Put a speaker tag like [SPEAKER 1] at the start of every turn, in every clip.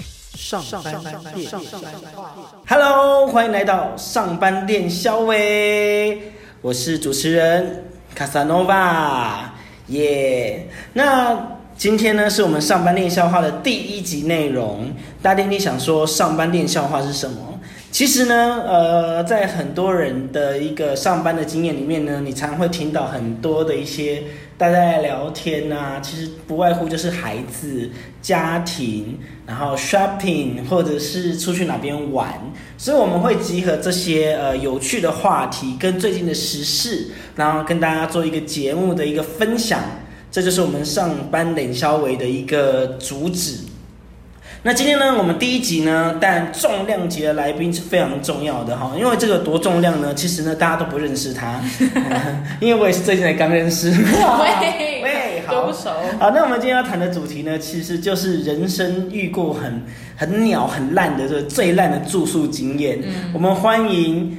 [SPEAKER 1] 上班变化。
[SPEAKER 2] Hello，欢迎来到上班店肖伟，我是主持人卡萨诺瓦，耶、那今天呢，是我们上班练笑话的第一集内容。大家一定想说，上班练笑话是什么？其实呢，呃，在很多人的一个上班的经验里面呢，你常会听到很多的一些大家在聊天啊，其实不外乎就是孩子、家庭，然后 shopping，或者是出去哪边玩。所以我们会集合这些呃有趣的话题跟最近的时事，然后跟大家做一个节目的一个分享。这就是我们上班冷消维的一个主旨。那今天呢，我们第一集呢，但重量级的来宾是非常重要的哈，因为这个多重量呢，其实呢大家都不认识他，因为我也是最近才刚认识。
[SPEAKER 3] 喂
[SPEAKER 2] 喂，
[SPEAKER 3] 都
[SPEAKER 2] 好
[SPEAKER 3] 不，熟。
[SPEAKER 2] 好，那我们今天要谈的主题呢，其实就是人生遇过很很鸟、很烂的这个最烂的住宿经验。
[SPEAKER 3] 嗯
[SPEAKER 2] 我们欢迎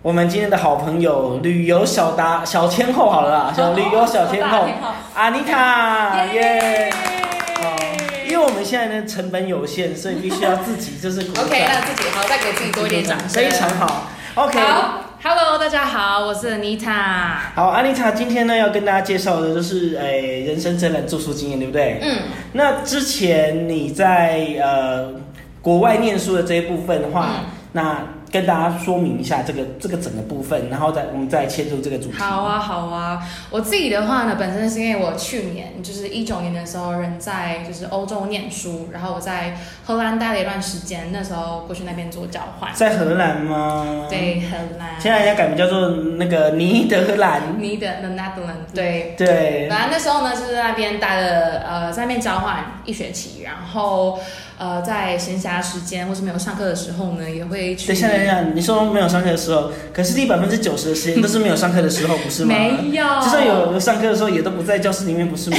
[SPEAKER 2] 我们今天的好朋友旅游小达小天后，好了啦，小旅游小天后
[SPEAKER 3] 哦天后
[SPEAKER 2] 阿妮塔，耶！哦因为
[SPEAKER 3] 耶
[SPEAKER 2] 我们现在呢成本有限，所以必须要自己就是鼓掌
[SPEAKER 3] ！OK，让自己好，再给自己多一点掌声。
[SPEAKER 2] 非常好。OK，
[SPEAKER 3] 好，Hello，大家好，我是 Nita。
[SPEAKER 2] 好，安妮塔今天呢要跟大家介绍的就是，诶、人生真人住宿经验，对不对？
[SPEAKER 3] 嗯，
[SPEAKER 2] 那之前你在呃国外念书的这一部分的话，
[SPEAKER 3] 嗯
[SPEAKER 2] 那跟大家说明一下这个这个整个部分，然后再我们再切入这个主题。
[SPEAKER 3] 好啊，好啊。我自己的话呢，本身是因为我去年就是一九年的时候，人在就是欧洲念书，然后我在荷兰待了一段时间，那时候过去那边做交换。
[SPEAKER 2] 在荷兰吗？。
[SPEAKER 3] 对，荷兰。
[SPEAKER 2] 现在人家改名叫做那个尼德兰。
[SPEAKER 3] 你的 The Netherlands，对，
[SPEAKER 2] 对。
[SPEAKER 3] 反正那时候呢，就是在那边待了呃，在那边交换一学期，然后呃，在闲暇时间或是没有上课的时候呢，也会去。
[SPEAKER 2] 等一下，等一下，你说没有上课的时候，可是你百分之九十的时间都是没有上课的时候，不是吗？
[SPEAKER 3] 没有，
[SPEAKER 2] 就算有有上课的时候，也都不在教室里面，不是 吗？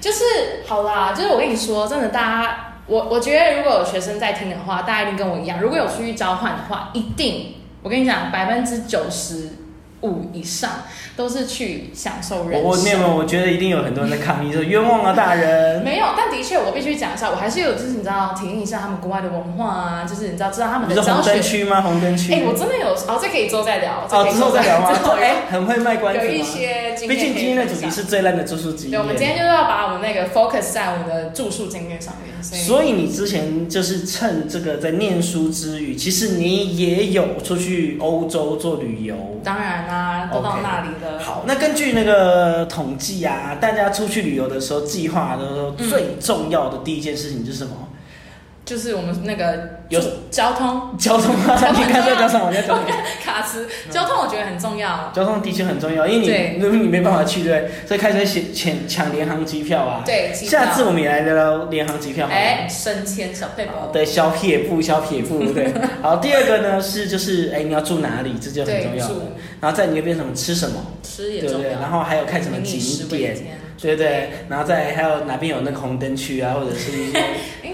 [SPEAKER 3] 就是好啦，就是我跟你说，真的，大家，我我觉得如果有学生在听的话，大家一定跟我一样，如果有出去交换的话，一定，我跟你讲，百分之九十五以上都是去享受人
[SPEAKER 2] 我
[SPEAKER 3] 生。
[SPEAKER 2] 我没有，没有我觉得一定有很多人在抗议说冤枉啊，大人。
[SPEAKER 3] 没有，但的确，我必须讲一下，我还是有，就是你知道，体验一下他们国外的文化啊，就是你知道，知道他们
[SPEAKER 2] 你
[SPEAKER 3] 的
[SPEAKER 2] 是
[SPEAKER 3] 教
[SPEAKER 2] 红
[SPEAKER 3] 学
[SPEAKER 2] 灯。区吗？红灯区。
[SPEAKER 3] 哎、我真的有，哦，这可以之后再聊，这
[SPEAKER 2] 哦
[SPEAKER 3] 可，以
[SPEAKER 2] 之后再聊吗？
[SPEAKER 3] 之后哎，
[SPEAKER 2] 很会卖关子
[SPEAKER 3] 有
[SPEAKER 2] 吗？
[SPEAKER 3] 一些经验。
[SPEAKER 2] 毕竟今天的主题，是最烂的住宿经
[SPEAKER 3] 对，
[SPEAKER 2] 验。
[SPEAKER 3] 我们今天就是要把我们那个 focus 在我们的住宿经验上面，所以
[SPEAKER 2] 所以你之前就是趁这个在念书之余，其实你也有出去欧洲做旅游。
[SPEAKER 3] 当然啦、都到那里了。
[SPEAKER 2] 好，那根据那个统计啊，大家出去旅游的时候，计划的时候
[SPEAKER 3] 嗯
[SPEAKER 2] 最重要的第一件事情是什么？
[SPEAKER 3] 就是我们那个
[SPEAKER 2] 有
[SPEAKER 3] 住交通
[SPEAKER 2] 交通啊！
[SPEAKER 3] 交通
[SPEAKER 2] 你看再加上我在
[SPEAKER 3] 嗯
[SPEAKER 2] 讲，
[SPEAKER 3] 卡斯，交通我觉得很重 要。
[SPEAKER 2] 交通的确很重要，因为
[SPEAKER 3] 对
[SPEAKER 2] 你你没办法去对不对，所以开始抢抢抢联航机票啊。
[SPEAKER 3] 对，机票
[SPEAKER 2] 下次我们也来聊聊联航机票好了。
[SPEAKER 3] 哎，升迁小配
[SPEAKER 2] 好
[SPEAKER 3] 包。
[SPEAKER 2] 对，小撇步，小撇 步，对。好，第二个呢是就是，哎、你要住哪里，这就很重
[SPEAKER 3] 对，
[SPEAKER 2] 要了
[SPEAKER 3] 住。
[SPEAKER 2] 然后在你那边什么吃什么，
[SPEAKER 3] 吃
[SPEAKER 2] 对
[SPEAKER 3] 也
[SPEAKER 2] 不
[SPEAKER 3] 重
[SPEAKER 2] 对？然
[SPEAKER 3] 要，
[SPEAKER 2] 后还有看什么
[SPEAKER 3] 民以食
[SPEAKER 2] 景
[SPEAKER 3] 为
[SPEAKER 2] 点，
[SPEAKER 3] 天。
[SPEAKER 2] 对不对？然后再还有哪边有那个红灯区啊，或者 是一些，
[SPEAKER 3] 哎，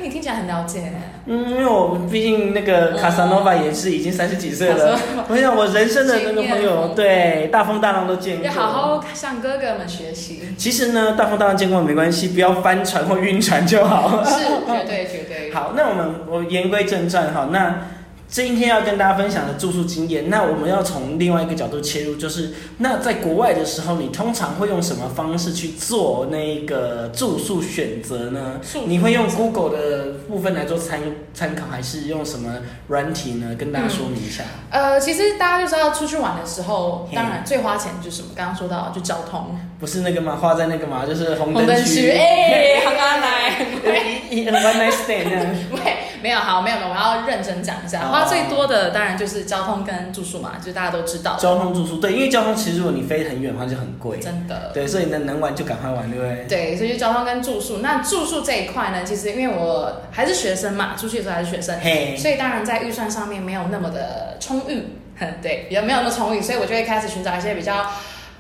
[SPEAKER 3] 你听起来很了解。
[SPEAKER 2] 嗯，因为我毕竟那个
[SPEAKER 3] 嗯
[SPEAKER 2] 卡萨诺瓦也是已经三十几岁
[SPEAKER 3] 卡
[SPEAKER 2] 了，我想我人生的那个朋
[SPEAKER 3] 经验丰
[SPEAKER 2] 友，
[SPEAKER 3] 富
[SPEAKER 2] 对，大风大浪都见过。
[SPEAKER 3] 要好好向哥哥们学习。
[SPEAKER 2] 其实呢，大风大浪见过没关系，不要翻船或晕船就 好。
[SPEAKER 3] 是，绝对绝对。
[SPEAKER 2] 好，那我们我言归正传哈，那今天要跟大家分享的住宿经验，那我们要从另外一个角度切入，就是那在国外的时候，你通常会用什么方式去做那个住宿选择呢
[SPEAKER 3] 住宿？
[SPEAKER 2] 你会用 Google 的部分来做参参考，还是用什么软体呢？跟大家说明一下。
[SPEAKER 3] 呃，其实大家就知道，出去玩的时候
[SPEAKER 2] 嘿，
[SPEAKER 3] 当然最花钱就是什么？刚刚说到，就交通，
[SPEAKER 2] 不是那个嘛，画在那个嘛，就是红
[SPEAKER 3] 嗯红
[SPEAKER 2] 灯
[SPEAKER 3] 灯区，
[SPEAKER 2] 区，
[SPEAKER 3] 哎，行啊来。
[SPEAKER 2] 一一 one night stand 这样。
[SPEAKER 3] 喂，没有，好，没有，没有，我要认真讲一下。
[SPEAKER 2] 哦
[SPEAKER 3] 花最多的当然就是交通跟住宿嘛，就是大家都知道，
[SPEAKER 2] 交通住宿对，因为交通其实如果你飞很远的话就很贵，
[SPEAKER 3] 真的。
[SPEAKER 2] 对，所以能能玩就赶快玩，对不对？
[SPEAKER 3] 对，所以就交通跟住宿。那住宿这一块呢，其实因为我还是学生嘛，出去的时候还是学生，
[SPEAKER 2] 嘿，
[SPEAKER 3] 所以当然在预算上面没有那么的充裕， 哼，对，也没有那么充裕，所以我就会开始寻找一些比较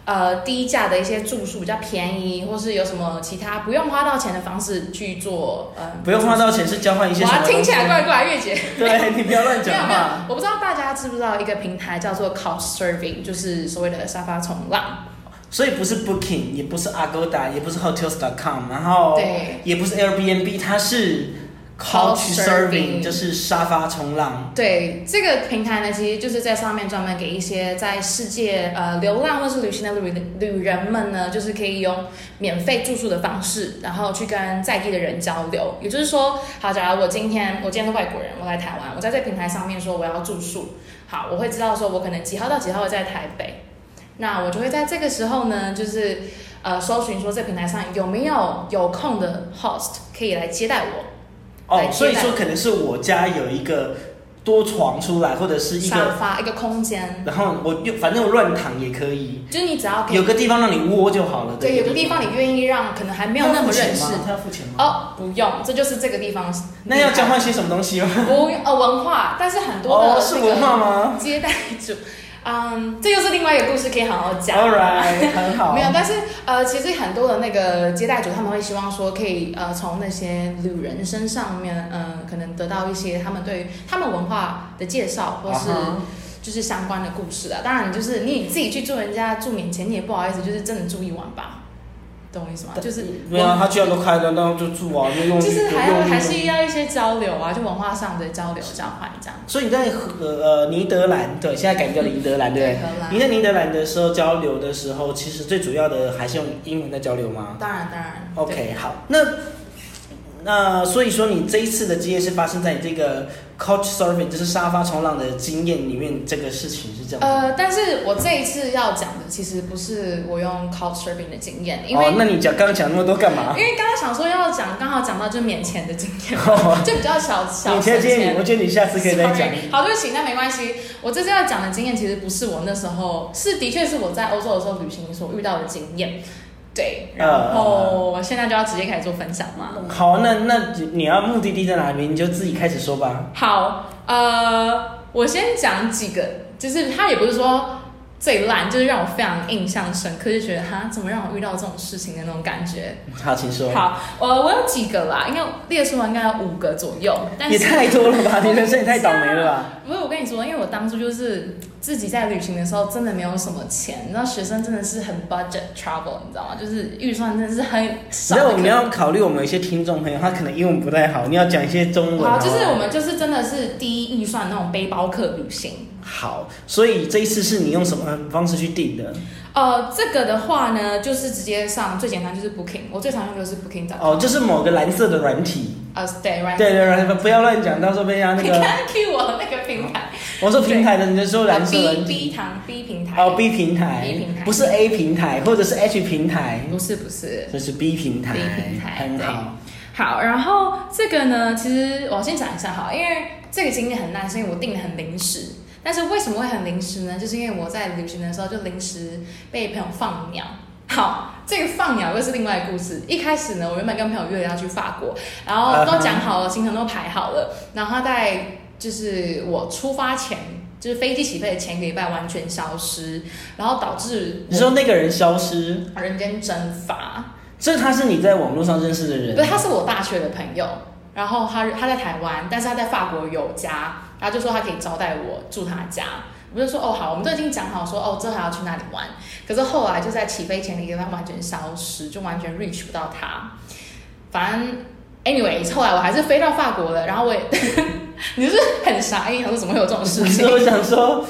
[SPEAKER 3] 呃低价的一些住宿，比较便宜，或是有什么其他不用花到钱的方式去做，呃，
[SPEAKER 2] 不用花到钱是交换一些什么
[SPEAKER 3] 哇，
[SPEAKER 2] 东西？
[SPEAKER 3] 听起来怪怪，月姐。
[SPEAKER 2] 对你不要乱
[SPEAKER 3] 没 有
[SPEAKER 2] 讲
[SPEAKER 3] 没有
[SPEAKER 2] 话。，
[SPEAKER 3] 我不知道大家知不知道一个平台叫做 Couchsurfing，就是所谓的沙发冲浪。
[SPEAKER 2] 所以不是 Booking，也不是哦 Agoda，也不是 Hotels.com，然后
[SPEAKER 3] 对
[SPEAKER 2] 也不是 Airbnb，它是 couch
[SPEAKER 3] surfing
[SPEAKER 2] surfing 就是沙发冲浪。
[SPEAKER 3] 对这个平台呢，其实就是在上面专门给一些在世界呃流浪或是旅行的旅旅人们呢，就是可以用免费住宿的方式，然后去跟在地的人交流。也就是说，好，假如我今天我今天是外国人，我来台湾，我在这平台上面说我要住宿，好，我会知道说我可能几号到几号会在台北，那我就会在这个时候呢，就是呃搜寻说这平台上有没有有空的 host 可以来接待我。
[SPEAKER 2] 哦
[SPEAKER 3] 对，
[SPEAKER 2] 所以
[SPEAKER 3] 接待
[SPEAKER 2] 说可能是我家有一个多床出来，或者是一
[SPEAKER 3] 沙
[SPEAKER 2] 个，
[SPEAKER 3] 发一个空间，
[SPEAKER 2] 然后我就反正我乱躺也可以，
[SPEAKER 3] 就是你只要可以
[SPEAKER 2] 有个地方让你窝就好了。
[SPEAKER 3] 对，有
[SPEAKER 2] 不
[SPEAKER 3] 个地方你愿意让可能还没有那么认识
[SPEAKER 2] 他要付钱吗？
[SPEAKER 3] 哦，不用，这就是这个地方。
[SPEAKER 2] 那要交换些什么东西吗？
[SPEAKER 3] 不用呃文化，但是很多
[SPEAKER 2] 哦，
[SPEAKER 3] 的
[SPEAKER 2] 是
[SPEAKER 3] 这
[SPEAKER 2] 文化
[SPEAKER 3] 个
[SPEAKER 2] 吗
[SPEAKER 3] 接待组，嗯，这又是另外一个故事，可以好好 讲。
[SPEAKER 2] ？All right，很好。
[SPEAKER 3] 没有，但是呃，其实很多的那个接待组，他们会希望说可以呃，从那些旅人身上面，呃，可能得到一些他们对于他们文化的介绍，或是
[SPEAKER 2] 啊哈
[SPEAKER 3] 就是相关的故事啊。当然，就是你自己去住人家住免钱，你也不好意思，就是真的住一晚吧，懂我意思吗？就是
[SPEAKER 2] 没有啊，他居然都开了，那就住啊，就用
[SPEAKER 3] 就是还要
[SPEAKER 2] 用
[SPEAKER 3] 还是要一些交流啊，就文化上的交流交换这样。
[SPEAKER 2] 所以你在荷呃尼德兰，对，现在改名叫尼德兰，对不
[SPEAKER 3] 荷兰
[SPEAKER 2] 对？你在尼德兰的时候交流的时候，其实最主要的还是用英文在交流吗
[SPEAKER 3] 当然当然。对
[SPEAKER 2] ？OK，好，那那所以说你这一次的经验是发生在你这个 couch surfing，就是沙发冲浪的经验里面，这个事情是这样吗。
[SPEAKER 3] 呃，但是我这一次要讲的其实不是我用 Couchsurfing 的经验，因为、
[SPEAKER 2] 哦，那你讲刚刚讲那么多干嘛
[SPEAKER 3] 因？为刚刚想说要讲，刚好讲到就免钱的经 验，
[SPEAKER 2] 哦
[SPEAKER 3] 就比较小 小
[SPEAKER 2] 你现在
[SPEAKER 3] 省
[SPEAKER 2] 建议
[SPEAKER 3] 钱
[SPEAKER 2] 我。觉得你下次可以再讲。
[SPEAKER 3] Sorry，好，对不起，那没关系。我这次要讲的经验其实不是我那时候，是的确是我在欧洲的时候旅行所遇到的经验。对，
[SPEAKER 2] 嗯
[SPEAKER 3] 然后现在就要直接开始做分享嘛。
[SPEAKER 2] 好，那那你要目的地在哪里？你就自己开始说吧。
[SPEAKER 3] 好，呃，我先讲几个，就是他也不是说最烂，就是让我非常印象深刻，就觉得哈，怎么让我遇到这种事情的那种感觉。
[SPEAKER 2] 好，请说。
[SPEAKER 3] 好，我我有几个啦，应该列出来应该有五个左右，但
[SPEAKER 2] 也
[SPEAKER 3] 是。
[SPEAKER 2] 太多了 吧？你人生也太倒霉了吧？
[SPEAKER 3] 不是我跟你说，因为我当初就是自己在旅行的时候，真的没有什么钱，你知道学生真的是很 budget trouble，你知道吗？就是预算真的是很少的
[SPEAKER 2] 那
[SPEAKER 3] 可以。
[SPEAKER 2] 我们要考虑我们有些听众朋友，他可能英文不太好，你要讲一些中文。啊
[SPEAKER 3] 好，
[SPEAKER 2] 不
[SPEAKER 3] 就是我们就是真的是低预算那种背包客旅行，
[SPEAKER 2] 好，所以这一次是你用什么方式去定的？
[SPEAKER 3] 呃，这个的话呢，就是直接上最简单就是 Booking，我最常用的就是 Booking
[SPEAKER 2] 哦，就是某个蓝色的软体。
[SPEAKER 3] 呃 Stay Right，
[SPEAKER 2] 对对对，不要乱讲，到时候被人家那
[SPEAKER 3] 你
[SPEAKER 2] 个。
[SPEAKER 3] 看 Q 我那个平台，
[SPEAKER 2] 我说平台的，你就说蓝色软
[SPEAKER 3] B
[SPEAKER 2] 体。
[SPEAKER 3] B 堂 B 平台，
[SPEAKER 2] 哦，B 平台
[SPEAKER 3] B 平台
[SPEAKER 2] 不是 A 平台，或者是 H 平台，
[SPEAKER 3] 不是不是。
[SPEAKER 2] 这是 B 平台
[SPEAKER 3] B 平台
[SPEAKER 2] 很
[SPEAKER 3] 对
[SPEAKER 2] 好。
[SPEAKER 3] 好，然后这个呢，其实我先讲一下哈，因为这个经验很烂，所以我定的很临时。但是为什么会很临时呢？就是因为我在旅行的时候就临时被朋友放鸟。好，这个放鸟又是另外一个故事。一开始呢，我原本跟朋友约了要去法国，然后都讲好了，行程都排好了，然后他在就是我出发前，就是飞机起飞的前一个礼拜完全消失，然后导致
[SPEAKER 2] 你说那个人消失，
[SPEAKER 3] 我人间蒸发。
[SPEAKER 2] 这他是你在网络上认识的人？
[SPEAKER 3] 不是，他是我大学的朋友，然后他他在台湾，但是他在法国有家，然后就说他可以招待我住他家。我就说哦好，我们都已经讲好说哦这还要去那里玩，可是后来就在起飞前的一个礼拜完全消失，就完全 reach 不到他。反正 anyways，后来我还是飞到法国了，然后我也， 你是不是很傻哎眼，我说怎么会有这种事
[SPEAKER 2] 只是
[SPEAKER 3] 情？
[SPEAKER 2] 我想说，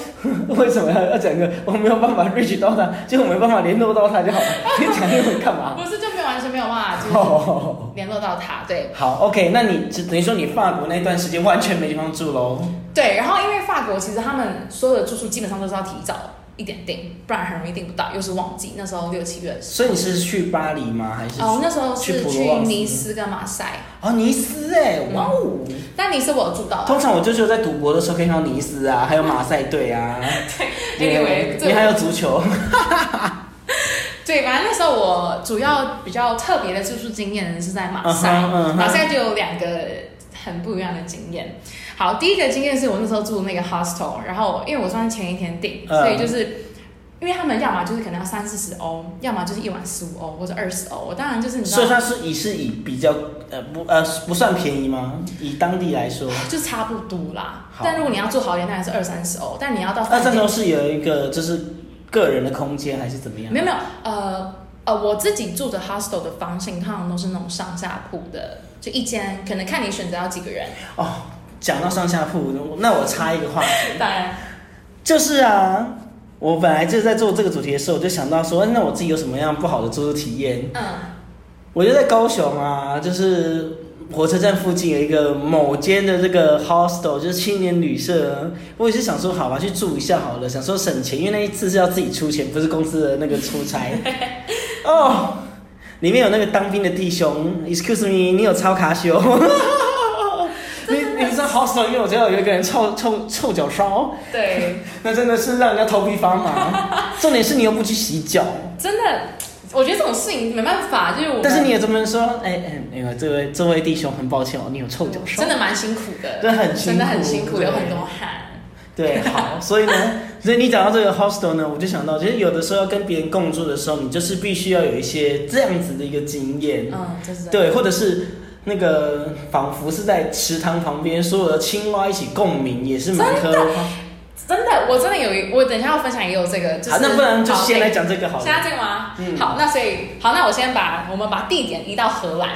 [SPEAKER 2] 为什么要要整个我没有办法 reach 到他，就我没办法联络到他就好了。你讲英文干嘛？
[SPEAKER 3] 不是就没有完全没有办法就是
[SPEAKER 2] 哦，
[SPEAKER 3] 联络到他，对，
[SPEAKER 2] 好，OK，那你只等于说你法国那段时间完全没地方住喽？
[SPEAKER 3] 对，然后因为法国其实他们所有的住宿基本上都是要提早一点订，不然很容易订不到，又是旺季，那时候六七月的时
[SPEAKER 2] 所以你是去巴黎吗？还是
[SPEAKER 3] 候。哦，那时候
[SPEAKER 2] 去
[SPEAKER 3] 是
[SPEAKER 2] 普罗
[SPEAKER 3] 去
[SPEAKER 2] 旺斯
[SPEAKER 3] 尼斯跟马赛，
[SPEAKER 2] 哦尼斯哎，
[SPEAKER 3] 嗯
[SPEAKER 2] 哇哦！
[SPEAKER 3] 但尼斯我有住到啊。
[SPEAKER 2] 通常我就只有在赌博的时候可以看到尼斯啊，还有马赛队啊，
[SPEAKER 3] Anyway，
[SPEAKER 2] 你还有
[SPEAKER 3] 对
[SPEAKER 2] 足球，
[SPEAKER 3] 对，反正那时候我主要比较特别的住宿经验是在马赛，
[SPEAKER 2] 嗯哼嗯哼
[SPEAKER 3] 马赛就有两个很不一样的经验。好，第一个经验是我那时候住那个 hostel，然后因为我算是前一天订，
[SPEAKER 2] 嗯
[SPEAKER 3] 所以就是。因为他们要么就是可能要三四十欧，要么就是一晚十五欧或者二十欧。我当然就是你知道
[SPEAKER 2] 所以，它是以是以比较呃不呃不算便宜吗？以当地来说，
[SPEAKER 3] 就差不多啦
[SPEAKER 2] 好。
[SPEAKER 3] 但如果你要做好一点，当然是二三十欧。但你要
[SPEAKER 2] 那
[SPEAKER 3] 到哦饭
[SPEAKER 2] 这
[SPEAKER 3] 店
[SPEAKER 2] 时候是有一个就是个人的空间还是怎么样？
[SPEAKER 3] 没有没有，呃呃，我自己住的 hostel 的房型通常都是那种上下铺的就一间，可能看你选择要几个 人。
[SPEAKER 2] 哦，讲到上下铺，那我插一个话题，
[SPEAKER 3] 当然，
[SPEAKER 2] 就是啊，我本来就在做这个主题的时候，我就想到说，哎那我自己有什么样不好的住宿体验？
[SPEAKER 3] 嗯，
[SPEAKER 2] 我就在高雄啊，就是火车站附近有一个某间的这个 hostel，就是青年旅社。我也是想说，好吧，去住一下好了，想说省钱，因为那一次是要自己出钱，不是公司的那个出差。哦，里面有那个当兵的弟兄，excuse me，你有超卡修？你你知道 hostel，因为我知道有一个人臭臭臭脚烧，
[SPEAKER 3] 对，
[SPEAKER 2] 那真的是让人家头皮发麻。重点是你又不去洗脚。
[SPEAKER 3] 真的，我觉得这种事情没办法，就是我们
[SPEAKER 2] 但是你也这么说，哎、哎，那、个这位这位弟兄，很抱歉哦，你有臭脚烧
[SPEAKER 3] 真。的蛮辛苦的，
[SPEAKER 2] 真的很辛苦
[SPEAKER 3] 真的很辛苦，
[SPEAKER 2] 对
[SPEAKER 3] 有很多汗。
[SPEAKER 2] 对，好，所以呢， 所以你讲到这个 hostel 呢，我就想到，其实有的时候要跟别人共住的时候，你就是必须要有一些这样子的一个经验，
[SPEAKER 3] 嗯，就是这
[SPEAKER 2] 对，
[SPEAKER 3] 样
[SPEAKER 2] 或者是那个仿佛是在池塘旁边，所有的青蛙一起共鸣，也是蛮科幻。
[SPEAKER 3] 真的，我真的有一，我等一下要分享也有这个，就是
[SPEAKER 2] 好，啊那不然就先来
[SPEAKER 3] 好
[SPEAKER 2] 讲这个好
[SPEAKER 3] 可以
[SPEAKER 2] 了
[SPEAKER 3] 现。在这个吗？
[SPEAKER 2] 嗯
[SPEAKER 3] 好，那所以好，那我先把我们把地点移到荷兰。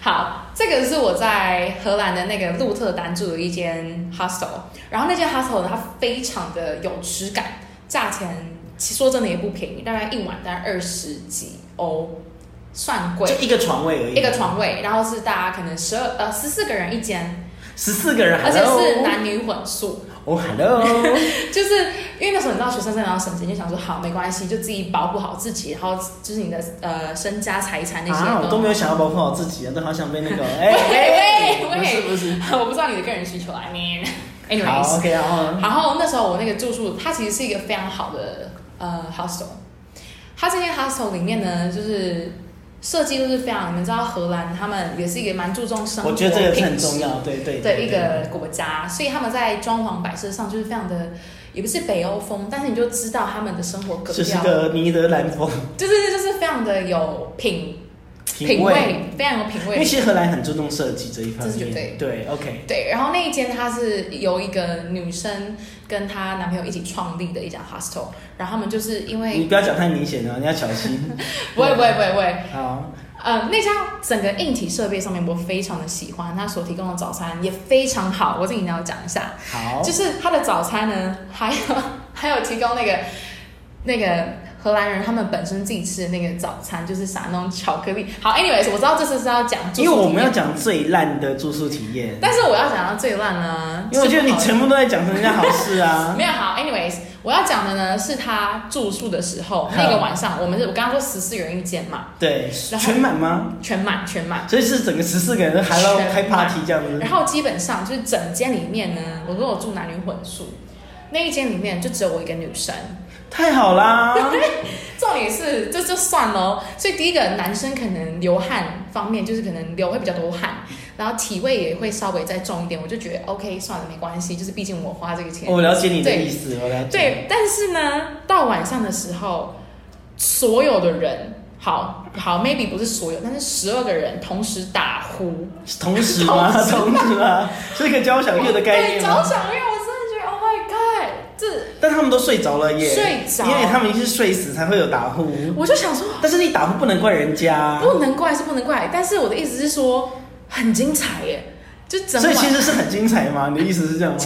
[SPEAKER 3] 好，这个是我在荷兰的那个鹿特丹住的一间 hostel，然后那间 hostel 呢，它非常的有质感，价钱其实说真的也不便宜，大概一晚大概二十几欧，算贵
[SPEAKER 2] 就。一个床位而已，
[SPEAKER 3] 一个床位，然后是大家可能十二呃十四个人一间，
[SPEAKER 2] 十四个人，
[SPEAKER 3] 而且
[SPEAKER 2] hello
[SPEAKER 3] 是男女混宿，
[SPEAKER 2] 哦，hello，
[SPEAKER 3] 就是因为那时候你知道学生真的要省钱，就想说好没关系，就自己保护好自己，然后就是你的呃身家财产那些
[SPEAKER 2] 啊，我都没有想要保护好自己啊，都好想被那个，哎、
[SPEAKER 3] 喂
[SPEAKER 2] 哎
[SPEAKER 3] 喂
[SPEAKER 2] 不是不是，
[SPEAKER 3] 我不知道你的个人需求啦，man。
[SPEAKER 2] 好
[SPEAKER 3] Anyways，
[SPEAKER 2] ，OK，然哦后呢
[SPEAKER 3] 然后那时候我那个住宿，它其实是一个非常好的呃 hostel。它这间 hostel 里面呢，就是设计就是非常，你们知道荷兰他们也是一个蛮注重生活
[SPEAKER 2] 我
[SPEAKER 3] 品
[SPEAKER 2] 觉得
[SPEAKER 3] 质
[SPEAKER 2] 这个是很重要，对对
[SPEAKER 3] 的一个国家，所以他们在装潢摆设上就是非常的，也不是北欧风，但是你就知道他们的生活格
[SPEAKER 2] 这是
[SPEAKER 3] 调，
[SPEAKER 2] 个尼德兰风
[SPEAKER 3] 就是就是非常的有品
[SPEAKER 2] 品味，
[SPEAKER 3] 味，非常有品
[SPEAKER 2] 因为
[SPEAKER 3] 味。
[SPEAKER 2] 其实荷兰很注重设计这一方
[SPEAKER 3] 这是绝对
[SPEAKER 2] 面，对，OK，
[SPEAKER 3] 对，然后那一间它是由一个女生跟她男朋友一起创立的一家 hostel，然后他们就是因
[SPEAKER 2] 你
[SPEAKER 3] 为
[SPEAKER 2] 不要讲太明显了，你要小 心。
[SPEAKER 3] 不会不会不会不会，
[SPEAKER 2] 好，
[SPEAKER 3] 呃，那家整个硬体设备上面我非常的喜欢，它所提供的早餐也非常好，我这里一定要讲一下。
[SPEAKER 2] 好，
[SPEAKER 3] 就是他的早餐呢，还有 还有提供那个那个荷兰人他们本身自己吃的那个早餐，就是撒那种巧克力。好，anyways，我知道这次是要讲住宿体验，
[SPEAKER 2] 因为我们要讲最烂的住宿体验，
[SPEAKER 3] 但是我要讲到最烂呢，
[SPEAKER 2] 因为我觉得你
[SPEAKER 3] 是不好
[SPEAKER 2] 全部都在讲人家好事 啊，
[SPEAKER 3] 没有好，anyways，我要讲的呢是他住宿的时候
[SPEAKER 2] 好
[SPEAKER 3] 那个晚上，我们是我刚刚说十四人一间嘛，
[SPEAKER 2] 对，
[SPEAKER 3] 然后
[SPEAKER 2] 全满吗？
[SPEAKER 3] 全满全满。
[SPEAKER 2] 所以是整个十四个人都还要
[SPEAKER 3] 全满
[SPEAKER 2] 开 party 这样子
[SPEAKER 3] 然，后基本上就是整间里面呢，我说我住男女混宿，那一间里面就只有我一个女生，
[SPEAKER 2] 太好 啦！
[SPEAKER 3] 重点是，这就算喽。所以第一个，男生可能流汗方面，就是可能流会比较多汗，然后体味也会稍微再重一点。我就觉得 OK，算了，没关系，就是毕竟我花这个钱。
[SPEAKER 2] 我了解你的
[SPEAKER 3] 对
[SPEAKER 2] 意思，我了解。
[SPEAKER 3] 对，但是呢，到晚上的时候，所有的人，好好，maybe 不是所有，但是十二个人同时打呼，
[SPEAKER 2] 同时 吗？同时啊，是一个交响乐的概
[SPEAKER 3] 对，
[SPEAKER 2] 念
[SPEAKER 3] 交
[SPEAKER 2] 吗？
[SPEAKER 3] 响乐，我真的觉得 Oh my God，这
[SPEAKER 2] 但他们都睡着了耶，
[SPEAKER 3] 睡着
[SPEAKER 2] 因为他们一定是睡死才会有打呼。
[SPEAKER 3] 我就想说，
[SPEAKER 2] 但是你打呼不能怪人家，
[SPEAKER 3] 不能怪是不能怪，但是我的意思是说，很精彩耶。就整
[SPEAKER 2] 所以
[SPEAKER 3] 晚
[SPEAKER 2] 其实是很精彩嘛。你的意思是这样吗？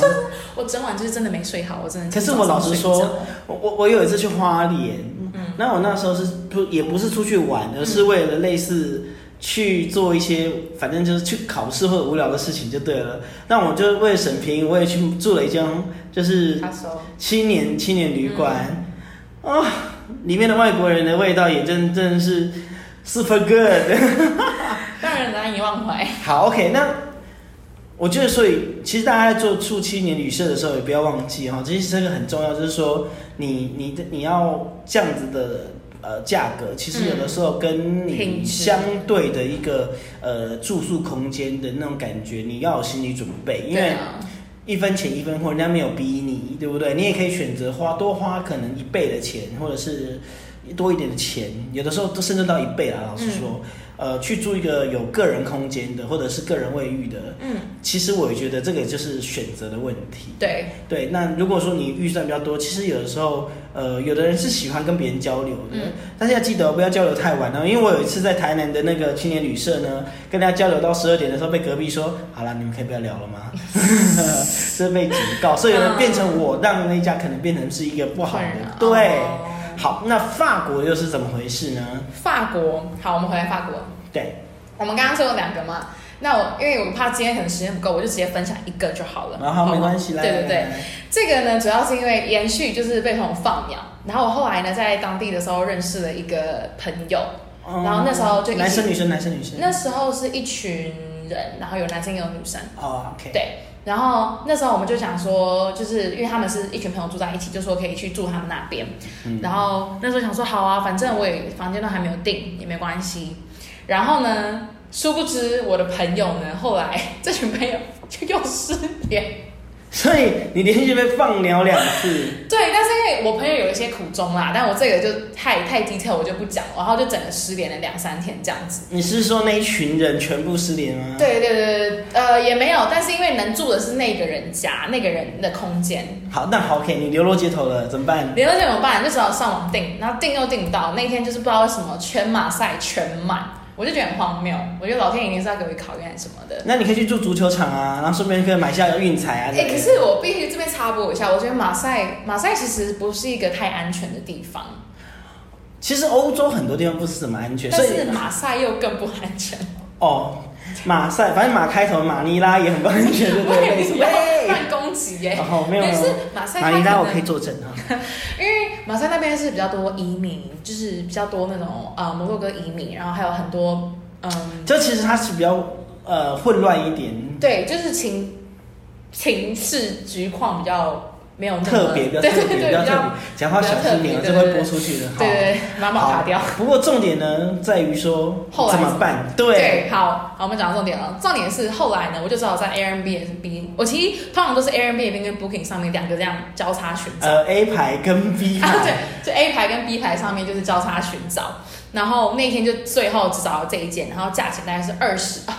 [SPEAKER 3] 我整晚就是真的没睡好，我真的。
[SPEAKER 2] 可是我老实
[SPEAKER 3] 睡不
[SPEAKER 2] 说
[SPEAKER 3] 着，
[SPEAKER 2] 我我我有一次去花莲，
[SPEAKER 3] 嗯
[SPEAKER 2] 那我那时候是不也不是出去玩，而是为了类似去做一些，反正就是去考试或者无聊的事情就对了。那我就为了审评，我也去住了一间就是
[SPEAKER 3] 他说
[SPEAKER 2] 青年青年旅馆
[SPEAKER 3] 嗯
[SPEAKER 2] 啊、里面的外国人的味道也真真的是 super good。
[SPEAKER 3] 让人难以忘怀。
[SPEAKER 2] 好，OK，那我觉得，所以其实大家在做住青年旅社的时候，也不要忘记哈、其实这个很重要，就是说你你的你要这样子的。呃，价格其实有的时候跟
[SPEAKER 3] 品
[SPEAKER 2] 你
[SPEAKER 3] 质
[SPEAKER 2] 相对的一个呃住宿空间的那种感觉，你要有心理准备，因
[SPEAKER 3] 对
[SPEAKER 2] 为
[SPEAKER 3] 啊
[SPEAKER 2] 一分钱一分货，人家没有逼你，对不对？你也可以选择花多花可能一倍的钱，或者是多一点的钱，有的时候都甚至到一倍啊。老实说，呃，去住一个有个人空间的，或者是个人卫浴的，
[SPEAKER 3] 嗯，
[SPEAKER 2] 其实我也觉得这个就是选择的问题。
[SPEAKER 3] 对，
[SPEAKER 2] 对，那如果说你预算比较多，其实有的时候，呃，有的人是喜欢跟别人交流的，
[SPEAKER 3] 嗯
[SPEAKER 2] 但是要记得不要交流太晚哦。因为我有一次在台南的那个青年旅社呢，跟大家交流到十二点的时候，被隔壁说：“好啦，你们可以不要聊了 吗？” 这被警告，所以呢，
[SPEAKER 3] 嗯
[SPEAKER 2] 变成我让那家可能变成是一个不好的
[SPEAKER 3] 困扰。
[SPEAKER 2] 对，
[SPEAKER 3] 啊哦
[SPEAKER 2] 好，那法国又是怎么回事呢？
[SPEAKER 3] 法国，好，我们回来法国。
[SPEAKER 2] 对，
[SPEAKER 3] 我们刚刚说有两个嘛，那我因为我怕今天可能时间不够，我就直接分享一个就好了。
[SPEAKER 2] 然后没关系啦，
[SPEAKER 3] 对对对，
[SPEAKER 2] 来，
[SPEAKER 3] 这个呢，主要是因为延续就是被朋友放鸟，然后我后来呢在当地的时候认识了一个朋友，
[SPEAKER 2] 嗯
[SPEAKER 3] 然后那时候就一起
[SPEAKER 2] 男生女生男生女生，
[SPEAKER 3] 那时候是一群人，然后有男生也有女生，
[SPEAKER 2] 哦，OK，
[SPEAKER 3] 对。然后那时候我们就想说，就是因为他们是一群朋友住在一起，就说可以去住他们那边。
[SPEAKER 2] 嗯
[SPEAKER 3] 然后那时候想说好啊，反正我也房间都还没有订，也没关系。然后呢，殊不知我的朋友呢，后来这群朋友就又失联。
[SPEAKER 2] 所以你连续被放鸟两次。
[SPEAKER 3] 对，但是因为我朋友有一些苦衷啦，但我这个就太 太 detail 我就不讲，然后就整个失联了两三天这样子。
[SPEAKER 2] 你是说那一群人全部失联吗？，
[SPEAKER 3] 对对对对，呃，也没有，但是因为能住的是那个人家，那个人的空间，
[SPEAKER 2] 好，那好，OK，你流落街头了，怎么办？
[SPEAKER 3] 联络怎么办？就只好上网订，然后订又订不到。那一天就是不知道为什么全马赛全满，我就觉得很荒谬。我觉得老天一定是要给我一个考验什么的。
[SPEAKER 2] 那你可以去住足球场啊，然后顺便可以买下运彩啊。
[SPEAKER 3] 哎、
[SPEAKER 2] 之类的
[SPEAKER 3] 可是我必须这边插播一下，我觉得马赛马赛其实不是一个太安全的地方，
[SPEAKER 2] 其实欧洲很多地方不是怎么安全，所
[SPEAKER 3] 但
[SPEAKER 2] 以
[SPEAKER 3] 是马赛又更不安全。
[SPEAKER 2] 哦，马赛，反正马开头马尼拉也很不安全， 对不
[SPEAKER 3] 我也
[SPEAKER 2] 对？
[SPEAKER 3] 不
[SPEAKER 2] 喂
[SPEAKER 3] 要，乱攻击耶、
[SPEAKER 2] 哦，没有没
[SPEAKER 3] 但是
[SPEAKER 2] 有，
[SPEAKER 3] 马赛它
[SPEAKER 2] 马尼拉我可以
[SPEAKER 3] 能
[SPEAKER 2] 作证啊哈。
[SPEAKER 3] 因为马赛那边是比较多移民，就是比较多那种呃摩洛哥移民，然后还有很多嗯
[SPEAKER 2] 就其实它是比较呃混乱一点，
[SPEAKER 3] 对，就是情情势局况比较没有那么
[SPEAKER 2] 特别比较
[SPEAKER 3] 对
[SPEAKER 2] 特
[SPEAKER 3] 对
[SPEAKER 2] 别
[SPEAKER 3] 对
[SPEAKER 2] 比较
[SPEAKER 3] 比
[SPEAKER 2] 特别
[SPEAKER 3] 较，
[SPEAKER 2] 讲话小心点，
[SPEAKER 3] 比
[SPEAKER 2] 这
[SPEAKER 3] 较特
[SPEAKER 2] 会
[SPEAKER 3] 别
[SPEAKER 2] 播出去的。
[SPEAKER 3] 对
[SPEAKER 2] 好，
[SPEAKER 3] 对对，把它卡掉。
[SPEAKER 2] 不过重点呢在于说
[SPEAKER 3] 后来
[SPEAKER 2] 怎
[SPEAKER 3] 怎么
[SPEAKER 2] 么办？对，
[SPEAKER 3] 好，好，我们讲到重点了。重点是后来呢，我就只好在 Airbnb，我其实通常都是 Airbnb 跟 Booking 上面两个这样交叉寻找。
[SPEAKER 2] 呃 A 牌跟 B
[SPEAKER 3] 啊，
[SPEAKER 2] 牌
[SPEAKER 3] 对。，就 A 牌跟 B 牌上面就是交叉寻找，然后那天就最后只找到这一件，然后价钱大概是二十啊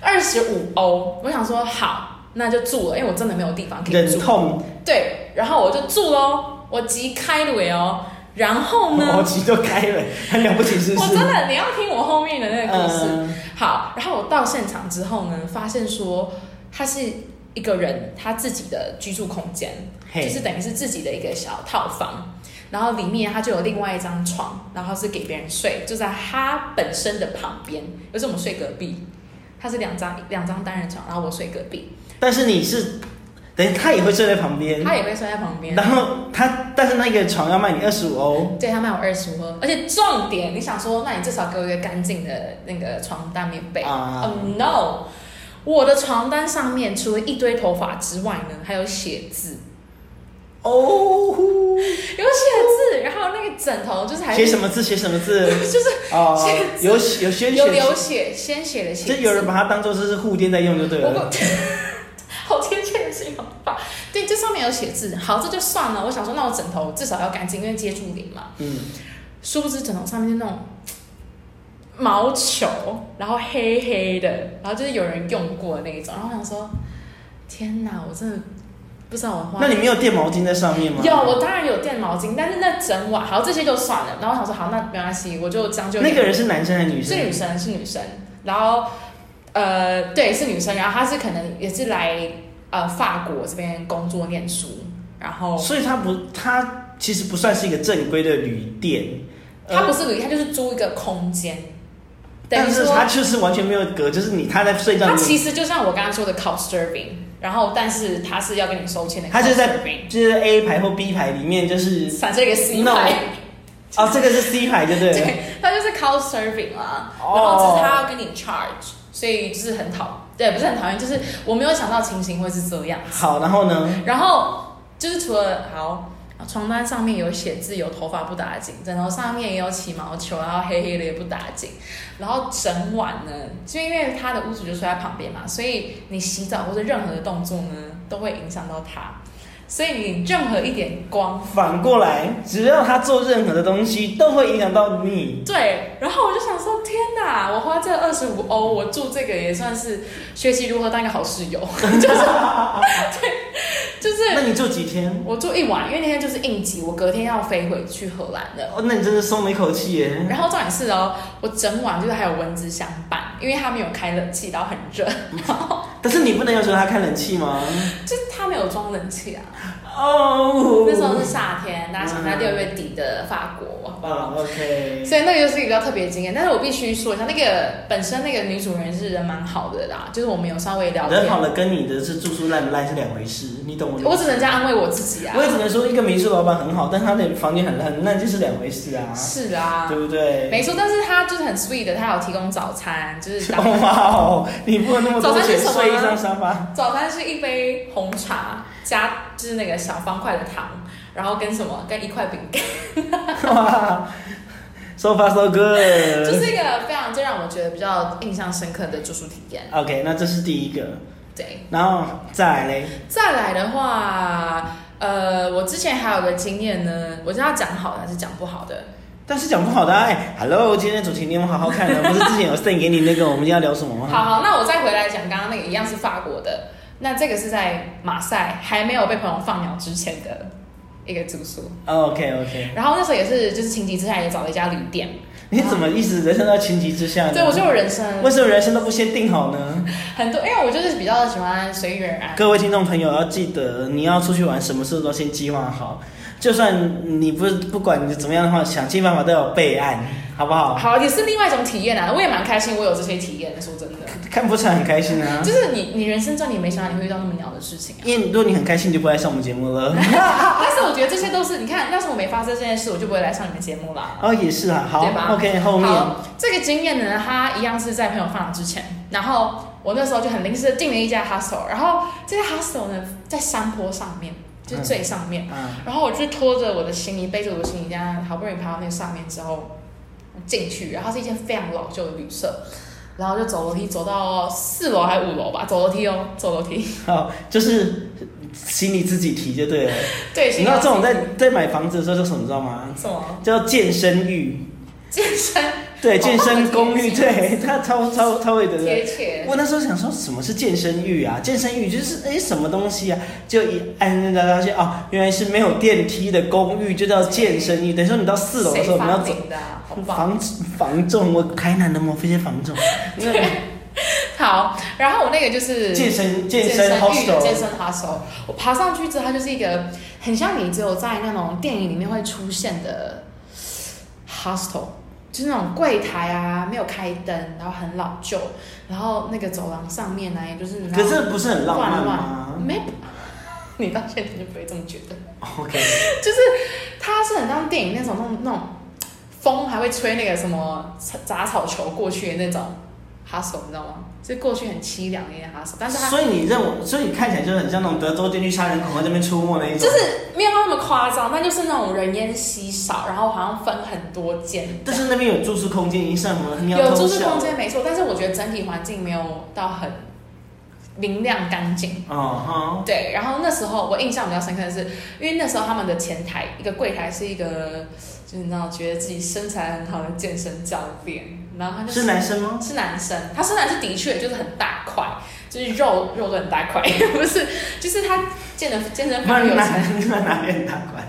[SPEAKER 3] 二十五欧。我想说好，那就住了，因为我真的没有地方可以
[SPEAKER 2] 忍
[SPEAKER 3] 住。
[SPEAKER 2] 痛，
[SPEAKER 3] 对，然后我就住喽，我即开了哦。然后
[SPEAKER 2] 毛
[SPEAKER 3] 呢，
[SPEAKER 2] 奇就开了，很了不起，哦是不
[SPEAKER 3] 我
[SPEAKER 2] 是？
[SPEAKER 3] 真的你要听我后面的那个故事。
[SPEAKER 2] 嗯
[SPEAKER 3] 好，然后我到现场之后呢，发现说他是一个人他自己的居住空间，就
[SPEAKER 2] 嘿
[SPEAKER 3] 是等于是自己的一个小套房。然后里面他就有另外一张床，然后是给别人睡，就在他本身的旁边，而是我们睡隔壁。他是两张两张单人床，然后我睡隔壁，
[SPEAKER 2] 但是你是，等于他也会睡在旁边，
[SPEAKER 3] 他也会睡在旁边。
[SPEAKER 2] 然后他，但是那个床要卖你二十五欧，
[SPEAKER 3] 对他卖我二十五，而且重点，你想说，那你至少给我一个干净的那个床单棉被。
[SPEAKER 2] 啊
[SPEAKER 3] Oh no！我的床单上面除了一堆头发之外呢，还有血渍，
[SPEAKER 2] 哦呼，
[SPEAKER 3] 有血渍，然后那个枕头就是还
[SPEAKER 2] 写什么字？写什么 字？
[SPEAKER 3] 就是
[SPEAKER 2] 哦
[SPEAKER 3] 写，
[SPEAKER 2] 有血有些
[SPEAKER 3] 有
[SPEAKER 2] 血，
[SPEAKER 3] 流血，鲜血的血
[SPEAKER 2] 这
[SPEAKER 3] 渍。
[SPEAKER 2] 有人把它当做这是护垫在用就对
[SPEAKER 3] 我
[SPEAKER 2] 了。
[SPEAKER 3] 不 好贴切的形容法，对，这上面有血渍。好，这就算了。我想说，那我枕头至少要干净，因为接触脸嘛。
[SPEAKER 2] 嗯，
[SPEAKER 3] 殊不知枕头上面是那种嘖毛球，然后黑黑的，然后就是有人用过的那一种。然后我想说，天哪，我真的不知道我花。
[SPEAKER 2] 那你没有垫毛巾在上面吗？
[SPEAKER 3] 有，我当然有垫毛巾，但是那整晚，好，这些就算了。然后我想说，好，那没关系，我就将就。
[SPEAKER 2] 那个人是男生还是女
[SPEAKER 3] 是
[SPEAKER 2] 生？
[SPEAKER 3] 女生，是女生。然后，呃，对，是女生。然后她是可能也是来呃法国这边工作念书，然后
[SPEAKER 2] 所以他不，他其实不算是一个正规的旅店，呃
[SPEAKER 3] 她不是旅，她就是租一个空间，等
[SPEAKER 2] 但
[SPEAKER 3] 于
[SPEAKER 2] 是
[SPEAKER 3] 说
[SPEAKER 2] 他就是完全没有隔，就是你他在睡觉，
[SPEAKER 3] 它
[SPEAKER 2] 你
[SPEAKER 3] 其实就像我刚刚说的 couch serving，然后但是它是要跟你收钱的 couch serving，
[SPEAKER 2] 他就在就是 A 牌或 B 牌里面，就是
[SPEAKER 3] 产生一个 C
[SPEAKER 2] 那我
[SPEAKER 3] 牌，
[SPEAKER 2] 哦，这个是 C 牌，对不对了？
[SPEAKER 3] 对，它就是 couch serving 啦，
[SPEAKER 2] 哦
[SPEAKER 3] 然后只是它要跟你 charge，所以就是很讨，对，不是很讨厌，就是我没有想到情形会是这样。
[SPEAKER 2] 好，然后呢？
[SPEAKER 3] 然后就是除了好。床单上面有写字，有头发不打紧，枕头上面也有起毛球，然后黑黑的也不打紧。然后整晚呢，就因为他的屋主就睡在旁边嘛，所以你洗澡或者任何的动作呢，都会影响到他。所以你任何一点光，
[SPEAKER 2] 反过来，只要他做任何的东西，都会影响到你。
[SPEAKER 3] 对，然后我就想说，天哪，我花这二十五欧，我住这个也算是学习如何当一个好室友， 就是
[SPEAKER 2] 那
[SPEAKER 3] 就是
[SPEAKER 2] 你住几天？
[SPEAKER 3] 我住一晚，因为那天就是应急，我隔天要飞回去荷兰的。
[SPEAKER 2] 哦，那你真是松了一口气耶。
[SPEAKER 3] 然后重点是哦，我整晚就是还有蚊子相伴，因为他没有开冷气，然后很热， 然后
[SPEAKER 2] 但是你不能要求他开冷气吗？
[SPEAKER 3] 就是他没有装冷气啊。
[SPEAKER 2] 哦，
[SPEAKER 3] 那时候是夏天，大家想在六月底的法国，
[SPEAKER 2] 啊，OK，
[SPEAKER 3] 所以那个就是一个特别经验。但是我必须说一下，那个本身那个女主人是人蛮好的啦，就是我们有稍微聊天
[SPEAKER 2] 人，好了跟你的是住宿烂不烂是两回事，你懂我的意思。
[SPEAKER 3] 我只能这样安慰我自己啊
[SPEAKER 2] 我。也只能说，一个民宿老板很好，但他的房间很烂，那就是两回事啊，
[SPEAKER 3] 是啊
[SPEAKER 2] 对，不对？
[SPEAKER 3] 没错，但是他就是很 sweet 的，他有提供早餐， 就是当
[SPEAKER 2] 哦哇哦，你付了那么
[SPEAKER 3] 早
[SPEAKER 2] 多
[SPEAKER 3] 餐是
[SPEAKER 2] 钱
[SPEAKER 3] 什么啊
[SPEAKER 2] 睡一
[SPEAKER 3] 呢
[SPEAKER 2] 张沙发，
[SPEAKER 3] 早餐是一杯红茶加就是那个小方块的糖，然后跟什么跟一块饼干，
[SPEAKER 2] 哇，so far so good。
[SPEAKER 3] 就是一个非常最让我觉得比较印象深刻的住宿体验。
[SPEAKER 2] OK，那这是第一个，
[SPEAKER 3] 对，
[SPEAKER 2] 然后再来嘞，
[SPEAKER 3] 再来的话，呃，我之前还有个经验呢，我知道讲好的还是讲不好的，
[SPEAKER 2] 但是讲不好的、啊，哎，Hello，今天的主题你有没有好好看呢？不是之前有 send 给你那个我们今天要聊什么吗？
[SPEAKER 3] 好好，那我再回来讲刚刚那个一样是法国的，那这个是在马赛还没有被朋友放鸟之前的一个住宿，
[SPEAKER 2] ，OK OK，
[SPEAKER 3] 然后那时候也是就是情急之下也找了一家旅店，
[SPEAKER 2] 你怎么一直人生到情急之下呢？
[SPEAKER 3] 对我觉得我人生
[SPEAKER 2] 为什么人生都不先定好呢？
[SPEAKER 3] 很多，因为我就是比较喜欢随遇而安。
[SPEAKER 2] 各位听众朋友要记得，你要出去玩，什么事都先计划好，就算你不不管你怎么样的话，想尽办法都有备案，好不好？
[SPEAKER 3] 好，也是另外一种体验啊，我也蛮开心，我有这些体验的。说真的，
[SPEAKER 2] 看不出来很开心啊
[SPEAKER 3] 就，是你你人生中你没想到你会遇到那么鸟的事情啊。
[SPEAKER 2] 因为如果你很开心，你就不来上我们节目了。
[SPEAKER 3] 但是我觉得这些都是，你看，要是我没发生这件事，我就不会来上你们节目啦。
[SPEAKER 2] 哦，也是啊，好
[SPEAKER 3] 对吧
[SPEAKER 2] ，OK，后面。
[SPEAKER 3] 好，这个经验呢，它一样是在朋友放之前，然后我那时候就很临时地订了一家 hostel，然后这家 hostel 呢在山坡上面，就是最上面，
[SPEAKER 2] 啊，
[SPEAKER 3] 然后我就拖着我的行李，背着我的行李，这样好不容易爬到那个上面之后，进去，然后它是一间非常老旧的旅社，然后就走楼梯走到四楼还是五楼吧，走楼梯哦，走楼梯。
[SPEAKER 2] 好，就是心里自己提就对了。
[SPEAKER 3] 对，
[SPEAKER 2] 你知道这种在在买房子的时候叫什么，你知道吗？
[SPEAKER 3] 什么
[SPEAKER 2] 叫健身欲，
[SPEAKER 3] 健身
[SPEAKER 2] 对，
[SPEAKER 3] 哦
[SPEAKER 2] 健身公寓，
[SPEAKER 3] 这个
[SPEAKER 2] 对，他超超超会的。对
[SPEAKER 3] 贴切，
[SPEAKER 2] 我那时候想说什么是健身欲啊？健身欲就是哎什么东西啊？就一按那个发现哦，原来是没有电梯的公寓就叫健身欲。等于说你到四楼的时候，
[SPEAKER 3] 谁
[SPEAKER 2] 你要
[SPEAKER 3] 发
[SPEAKER 2] 走
[SPEAKER 3] 明的啊、好棒。
[SPEAKER 2] 房房仲，我台南的某非些房仲，因为
[SPEAKER 3] 好，然后我那个就是
[SPEAKER 2] 健身健
[SPEAKER 3] 身
[SPEAKER 2] 身
[SPEAKER 3] 欲的
[SPEAKER 2] hostel
[SPEAKER 3] 健身 hostel，我爬上去之后，它就是一个很像你只有在那种电影里面会出现的 hostel，就是那种柜台啊，没有开灯，然后很老旧，然后那个走廊上面呢，啊也就是你知
[SPEAKER 2] 可
[SPEAKER 3] 道
[SPEAKER 2] 是不是很浪漫
[SPEAKER 3] 乱
[SPEAKER 2] 吗
[SPEAKER 3] 没， 你到现在就不会这么觉得，
[SPEAKER 2] ？OK，
[SPEAKER 3] 就是它是很像电影那种那种那种风还会吹那个什么杂草球过去的那种 hostel，你知道吗？就是过去很凄凉的一个 hostel，但是它
[SPEAKER 2] 所以你认为，所以你看起来就很像那种德州电锯杀人狂在那边出没那一种。
[SPEAKER 3] 就是没有那么夸张，但就是那种人烟稀少，然后好像分很多间。
[SPEAKER 2] 但是那边有住宿空间，已经算什么？你要
[SPEAKER 3] 有
[SPEAKER 2] 偷
[SPEAKER 3] 住宿
[SPEAKER 2] 笑
[SPEAKER 3] 空间没错，但是我觉得整体环境没有到很明亮干净。
[SPEAKER 2] 哦
[SPEAKER 3] 对，然后那时候我印象比较深刻的是，因为那时候他们的前台一个柜台是一个，就是你知道觉得自己身材很好的健身教练，然后他
[SPEAKER 2] 哈，
[SPEAKER 3] 就是
[SPEAKER 2] 男生吗？
[SPEAKER 3] 是男生，他身材是的确就是很大块，就是肉肉都很大块，不是，就是他健的健身
[SPEAKER 2] 那
[SPEAKER 3] 房
[SPEAKER 2] 你
[SPEAKER 3] 有
[SPEAKER 2] 哪你哪哪边打怪？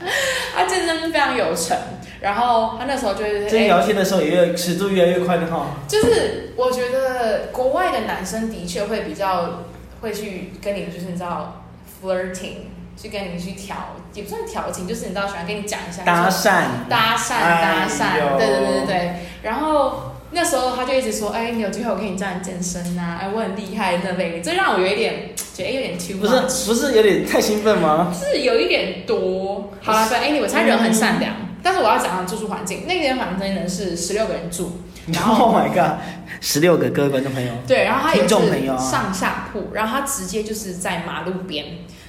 [SPEAKER 3] 他健身非常有成，然后他那时候就是，
[SPEAKER 2] 最近
[SPEAKER 3] 哎
[SPEAKER 2] 聊天的时候也有尺度越来越宽的哈。
[SPEAKER 3] 就是我觉得国外的男生的确会比较会去跟你，就是你知道 flirting，去跟你去调，也不算调情，就是你知道喜欢跟你讲一下
[SPEAKER 2] 搭
[SPEAKER 3] 就是
[SPEAKER 2] 讪，
[SPEAKER 3] 搭讪搭
[SPEAKER 2] 哎
[SPEAKER 3] 讪，
[SPEAKER 2] 呦
[SPEAKER 3] 对对对对对，然后。那时候他就一直说，哎，你有机会我跟你教你健身呐、哎，我很厉害那类的，这让我有一点觉得哎有点 too
[SPEAKER 2] 不是
[SPEAKER 3] much，
[SPEAKER 2] 不是有点太兴奋吗？
[SPEAKER 3] 是有一点多。好了，反正 anyway，他人很善良，
[SPEAKER 2] 嗯
[SPEAKER 3] 但是我要讲讲住宿环境，那间房间呢是十六个人住，然后
[SPEAKER 2] Oh my god！十六个各位观众朋友，
[SPEAKER 3] 对，然后它也
[SPEAKER 2] 听众朋友
[SPEAKER 3] 是
[SPEAKER 2] 啊
[SPEAKER 3] 上下铺，然后它直接就是在马路边，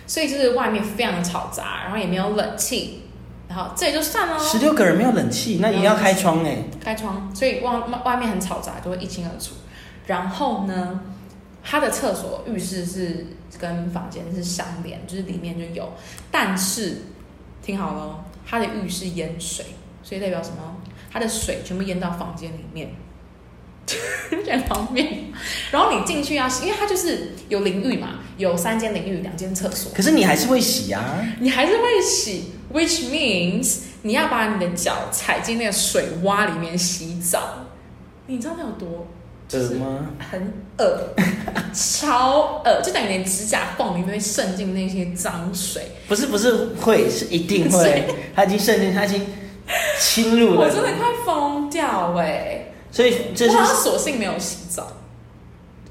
[SPEAKER 3] 所以就是外面非常的嘈杂，然后也没有冷气，然后这也就算了，
[SPEAKER 2] 十六个人没有冷气，那也要开窗哎。
[SPEAKER 3] 开窗，所以外外面很嘈杂，就会一清二楚。然后呢，它的厕所、浴室是跟房间是相连，就是里面就有，但是听好喽，它的浴室淹水，所以代表什么？它的水全部淹到房间里面， 就觉得很方便。然后你进去要洗，因为它就是有淋浴嘛，有三间淋浴，两间厕所，
[SPEAKER 2] 可是你还是会洗啊。
[SPEAKER 3] 你还是会洗，which means 你要把你的脚踩进那个水洼里面洗澡，你知道那有多
[SPEAKER 2] 这是吗？
[SPEAKER 3] 很 恶，超恶，就等于你的指甲缝里面会渗进那些脏水。
[SPEAKER 2] 不是不是会是一定 会，他已经瞬间他已经侵入
[SPEAKER 3] 我真的
[SPEAKER 2] 了，
[SPEAKER 3] 快疯掉哎、
[SPEAKER 2] 所以这
[SPEAKER 3] 我
[SPEAKER 2] 是
[SPEAKER 3] 好像索性没有洗澡。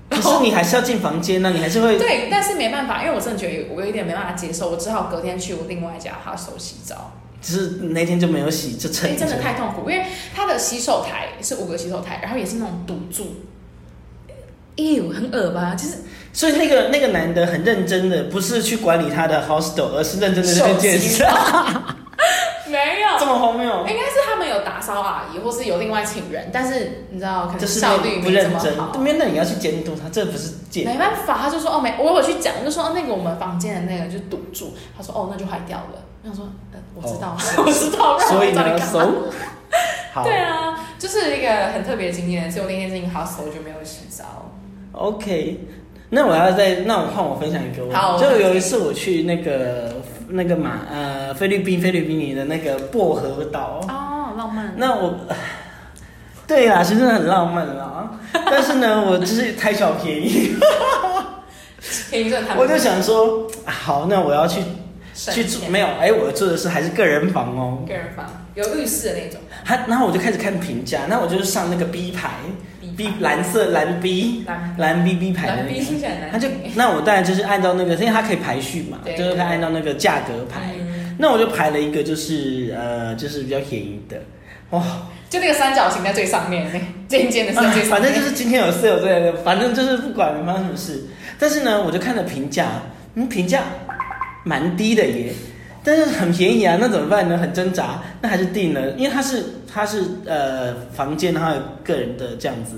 [SPEAKER 2] 可是你还是要进房间啊呢、你还是会
[SPEAKER 3] 对，但是没办法，因为我真的觉得我有一点没办法接受，我只好隔天去我另外一家哈手洗澡，
[SPEAKER 2] 只是那天就没有洗，就
[SPEAKER 3] 因为
[SPEAKER 2] 趁
[SPEAKER 3] 哎真的太痛苦。因为它的洗手台是五个洗手台，然后也是那种堵住，哎呦，很恶吧？就是
[SPEAKER 2] 所以那个那个男的很认真的，不是去管理他的 hostel，而是认真的在
[SPEAKER 3] 手
[SPEAKER 2] 健
[SPEAKER 3] 机
[SPEAKER 2] 身，
[SPEAKER 3] 哎没有，
[SPEAKER 2] 这么荒谬。
[SPEAKER 3] 应该是他们有打扫阿姨，或是有另外请人，但是你知道，可
[SPEAKER 2] 就
[SPEAKER 3] 能
[SPEAKER 2] 是
[SPEAKER 3] 效率
[SPEAKER 2] 不
[SPEAKER 3] 没这
[SPEAKER 2] 认
[SPEAKER 3] 么
[SPEAKER 2] 真，
[SPEAKER 3] 好。
[SPEAKER 2] 对面那你要去监督他，这不是戒
[SPEAKER 3] 没办法，他就说哦没，我有去讲，就说哦那个我们房间的那个就堵住，他说哦那就坏掉了。我想说，呃我知道， 我知道，让
[SPEAKER 2] 哦所
[SPEAKER 3] 我
[SPEAKER 2] 以
[SPEAKER 3] 知
[SPEAKER 2] 你
[SPEAKER 3] 道
[SPEAKER 2] 要
[SPEAKER 3] 你干嘛。
[SPEAKER 2] 搜。好
[SPEAKER 3] 对啊，就是一个很特别的经验，所以我那天进 hostel 就没有洗澡。
[SPEAKER 2] ，OK。那我要再，那我换我分享一个。
[SPEAKER 3] 好
[SPEAKER 2] 就有一次我去那个那个马呃菲律宾菲律宾的那个薄荷岛，
[SPEAKER 3] 哦，浪漫
[SPEAKER 2] 那我， 对啦，其实很浪漫啦，但是呢， 我就是贪小便宜，
[SPEAKER 3] 可以论坛，
[SPEAKER 2] 我就想说， 好，那我要去去
[SPEAKER 3] 省
[SPEAKER 2] 住，
[SPEAKER 3] 钱
[SPEAKER 2] 没有，哎，我住的是还是个人房哦。
[SPEAKER 3] 个人房有浴室的那种
[SPEAKER 2] 他，然后我就开始看评价，那我就是上那个 B 牌，B
[SPEAKER 3] 房
[SPEAKER 2] 蓝色蓝 B
[SPEAKER 3] 蓝
[SPEAKER 2] 蓝 B B 牌的
[SPEAKER 3] 蓝
[SPEAKER 2] 那
[SPEAKER 3] B
[SPEAKER 2] 个，
[SPEAKER 3] 听起来很
[SPEAKER 2] 他
[SPEAKER 3] 难
[SPEAKER 2] 就
[SPEAKER 3] 听，
[SPEAKER 2] 那我当然就是按照那个，因为它可以排序嘛，
[SPEAKER 3] 对
[SPEAKER 2] 就是他按照那个价格排。
[SPEAKER 3] 嗯
[SPEAKER 2] 那我就排了一个，就是呃，就是比较便宜的，哇、
[SPEAKER 3] 就那个三角形在最上面，那个尖尖的是在最
[SPEAKER 2] 啊
[SPEAKER 3] 上面，
[SPEAKER 2] 反正就是今天有事有这类的，反正就是不管发生什么事。但是呢，我就看了评价，嗯，评价蛮低的耶，但是很便宜啊，那怎么办呢？很挣扎，那还是定了，因为它是它是呃房间，然后有个人的这样子。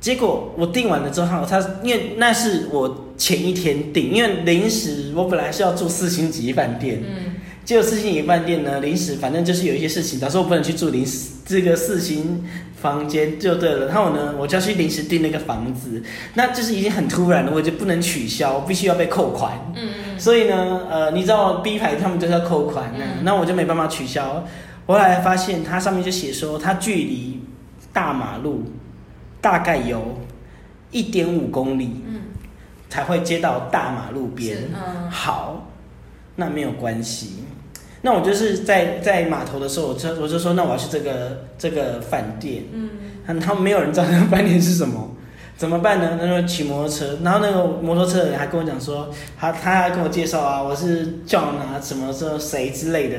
[SPEAKER 2] 结果我订完了之后，他因为那是我前一天订，因为临时我本来是要住四星级饭店，
[SPEAKER 3] 嗯，
[SPEAKER 2] 结果四星级饭店呢，临时反正就是有一些事情，导致我不能去住临时这个四星房间就对了。然后呢，我就要去临时订那个房子，那就是已经很突然了，我就不能取消，我必须要被扣款。
[SPEAKER 3] 嗯
[SPEAKER 2] 所以呢，呃，你知道 B 牌他们就是要扣款那、
[SPEAKER 3] 嗯
[SPEAKER 2] 那我就没办法取消。我后来发现它上面就写说，它距离大马路大概有一点五公里，
[SPEAKER 3] 嗯
[SPEAKER 2] 才会接到大马路边。
[SPEAKER 3] 是嗯
[SPEAKER 2] 好，那没有关系。那我就是在在码头的时候，我就我就说，那我要去这个这个饭店，
[SPEAKER 3] 嗯，
[SPEAKER 2] 他他们没有人知道那个饭店是什么，怎么办呢？那就骑摩托车，然后那个摩托车的人还跟我讲说，他他还跟我介绍啊，我是 John 啊，什么什么谁之类的，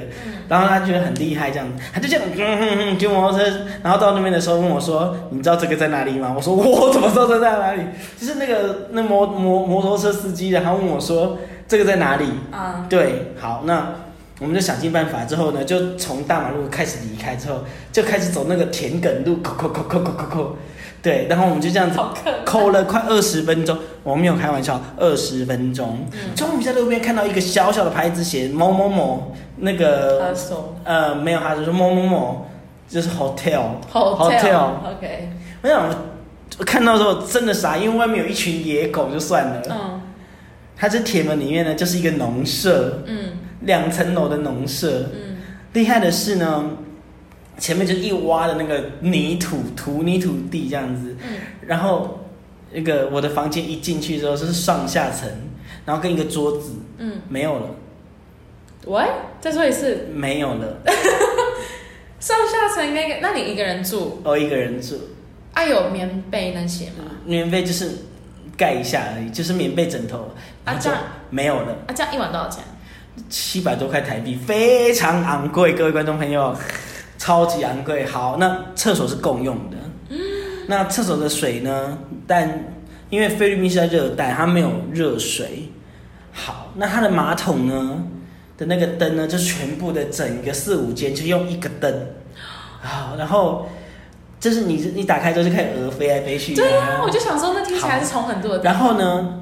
[SPEAKER 2] 然后他觉得很厉害这样，他就这样，嗯嗯嗯，骑摩托车，然后到那边的时候问我说，你知道这个在哪里吗？我说我怎么知道这在哪里？就是那个那摩摩摩托车司机的，他问我说这个在哪里？
[SPEAKER 3] 啊，
[SPEAKER 2] 对，好，那我们就想尽办法之后呢，就从大马路开始离开之后，就开始走那个田埂路，扣扣扣扣扣扣扣，对，然后我们就这样子
[SPEAKER 3] 好可
[SPEAKER 2] 扣了快二十分钟，我没有开玩笑，二十分钟，
[SPEAKER 3] 嗯
[SPEAKER 2] 终于在路边看到一个小小的牌子写某某某，那个
[SPEAKER 3] 手
[SPEAKER 2] 呃没有，他就说某某某，就是 hotel，
[SPEAKER 3] OK，
[SPEAKER 2] 我想我我看到的时候真的傻，因为外面有一群野狗就算了，
[SPEAKER 3] 嗯
[SPEAKER 2] 它这铁门里面呢就是一个农舍。
[SPEAKER 3] 嗯
[SPEAKER 2] 两层楼的农舍。
[SPEAKER 3] 嗯
[SPEAKER 2] 厉害的是呢，前面就是一挖的那个泥土土泥土地这样子，
[SPEAKER 3] 嗯，
[SPEAKER 2] 然后那个我的房间一进去之后就是上下层，然后跟一个桌子
[SPEAKER 3] 嗯，
[SPEAKER 2] 没有了，
[SPEAKER 3] 喂，再说一次，
[SPEAKER 2] 没有了，
[SPEAKER 3] 上下层那个，那你一个人住，
[SPEAKER 2] 我哦一个人住，
[SPEAKER 3] 啊有棉被那些吗？
[SPEAKER 2] 棉被就是盖一下而已，就是棉被枕头，
[SPEAKER 3] 啊这样
[SPEAKER 2] 没有了，
[SPEAKER 3] 啊这样一晚多少钱？
[SPEAKER 2] 七百多块台币，非常昂贵，各位观众朋友，超级昂贵。好，那厕所是共用的，那厕所的水呢？但因为菲律宾是在热带，它没有热水。好，那它的马桶呢的那个灯 呢，就全部的整个四五间就用一个灯，好，然后就是你你打开之后就开始鹅飞来飞去、
[SPEAKER 3] 对啊，我就想说那听起来是从很多的地
[SPEAKER 2] 然后呢，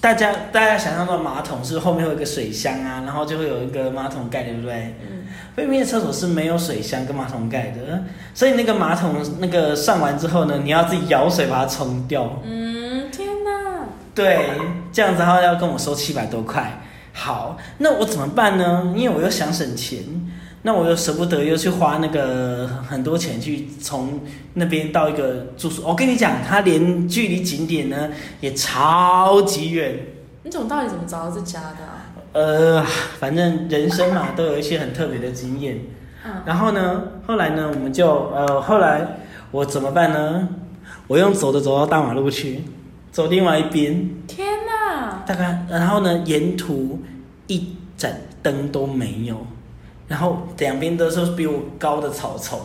[SPEAKER 2] 大家大家想象到马桶是后面会有一个水箱啊，然后就会有一个马桶盖，对不对？
[SPEAKER 3] 嗯
[SPEAKER 2] 菲律宾的厕所是没有水箱跟马桶盖的，所以那个马桶那个上完之后呢，你要自己舀水把它冲掉。
[SPEAKER 3] 嗯，天哪，
[SPEAKER 2] 对，这样子他要跟我收七百多块。好，那我怎么办呢？因为我又想省钱，那我又舍不得又去花那个很多钱去从那边到一个住宿。我跟你讲，它连距离景点呢也超级远。
[SPEAKER 3] 你怎么到底怎么找到这家的啊、
[SPEAKER 2] 呃，反正人生嘛，都有一些很特别的经验。
[SPEAKER 3] 嗯，
[SPEAKER 2] 然后呢，后来呢，我们就呃，后来我怎么办呢？我用走的走到大马路去，走另外一边，
[SPEAKER 3] 天哪，
[SPEAKER 2] 大概呃然后呢，沿途一盏灯都没有，然后两边都是比我高的草丛，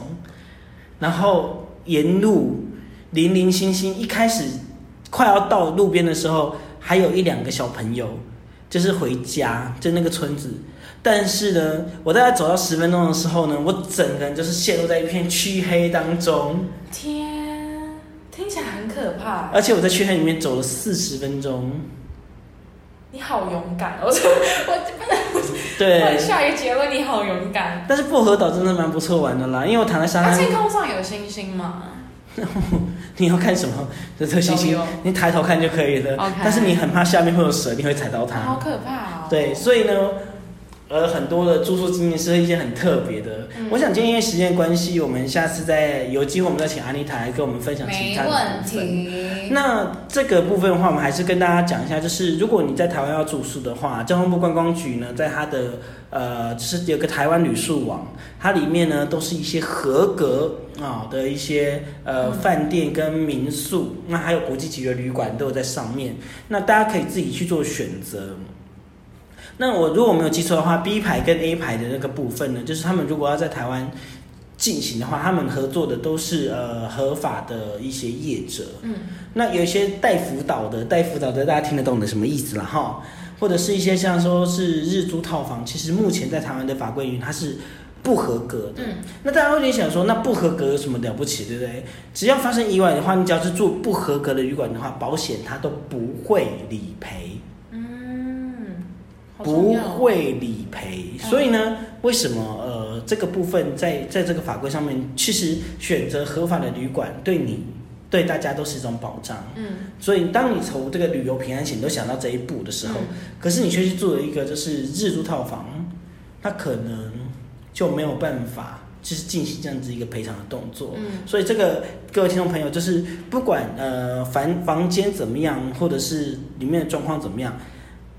[SPEAKER 2] 然后沿路零零星星，一开始快要到路边的时候，还有一两个小朋友，就是回家，就那个村子。但是呢，我大概走到十分钟的时候呢，我整个人就是陷入在一片黢黑当中，
[SPEAKER 3] 天，听起来很可怕。
[SPEAKER 2] 而且我在黢黑里面走了四十分钟。
[SPEAKER 3] 你好勇敢， 我我
[SPEAKER 2] 对，
[SPEAKER 3] 我下一个结论，你好勇敢。
[SPEAKER 2] 但是薄荷岛真的蛮不错玩的啦，因为我躺在沙
[SPEAKER 3] 那
[SPEAKER 2] 滩，
[SPEAKER 3] 天空上有星星吗？
[SPEAKER 2] 你要看什么这颗星星
[SPEAKER 3] 有有，
[SPEAKER 2] 你抬头看就可以了。
[SPEAKER 3] OK
[SPEAKER 2] 但是你很怕下面会有蛇，你会踩到
[SPEAKER 3] 好
[SPEAKER 2] 它。
[SPEAKER 3] 可怕哦。
[SPEAKER 2] 对，所以呢，呃，很多的住宿经验是一件很特别的。
[SPEAKER 3] 嗯
[SPEAKER 2] 我想今天因为时间关系，我们下次再有机会，我们再请安妮塔来跟我们分享其
[SPEAKER 3] 没
[SPEAKER 2] 他的部分
[SPEAKER 3] 问。题。
[SPEAKER 2] 那这个部分的话，我们还是跟大家讲一下，就是如果你在台湾要住宿的话，交通部观光局呢，在它的呃，就是有个台湾旅宿网，它里面呢都是一些合格啊、的一些呃饭店跟民宿，那还有国际级的旅馆都有在上面，那大家可以自己去做选择。那我如果没有记错的话，B 排跟 A 排的那个部分呢，就是他们如果要在台湾进行的话，他们合作的都是呃合法的一些业者。
[SPEAKER 3] 嗯，
[SPEAKER 2] 那有一些带辅导的，带辅导的大家听得懂的什么意思了哈？或者是一些像说是日租套房，其实目前在台湾的法规云它是不合格的。
[SPEAKER 3] 嗯
[SPEAKER 2] 那大家会联想说，那不合格有什么了不起，对不对？只要发生意外的话，你只要是住不合格的旅馆的话，保险它都不会理赔，
[SPEAKER 3] 嗯，好重
[SPEAKER 2] 不
[SPEAKER 3] 要哦。
[SPEAKER 2] 会理赔。
[SPEAKER 3] 嗯
[SPEAKER 2] 所以呢，为什么呃这个部分在在这个法规上面，其实选择合法的旅馆对你对大家都是一种保障。
[SPEAKER 3] 嗯
[SPEAKER 2] 所以，当你从这个旅游平安险都想到这一步的时候，
[SPEAKER 3] 嗯
[SPEAKER 2] 可是你却去做了一个就是日租套房，那可能就没有办法就是进行这样子一个赔偿的动作。
[SPEAKER 3] 嗯
[SPEAKER 2] 所以，这个各位听众朋友，就是不管呃房房间怎么样，或者是里面的状况怎么样，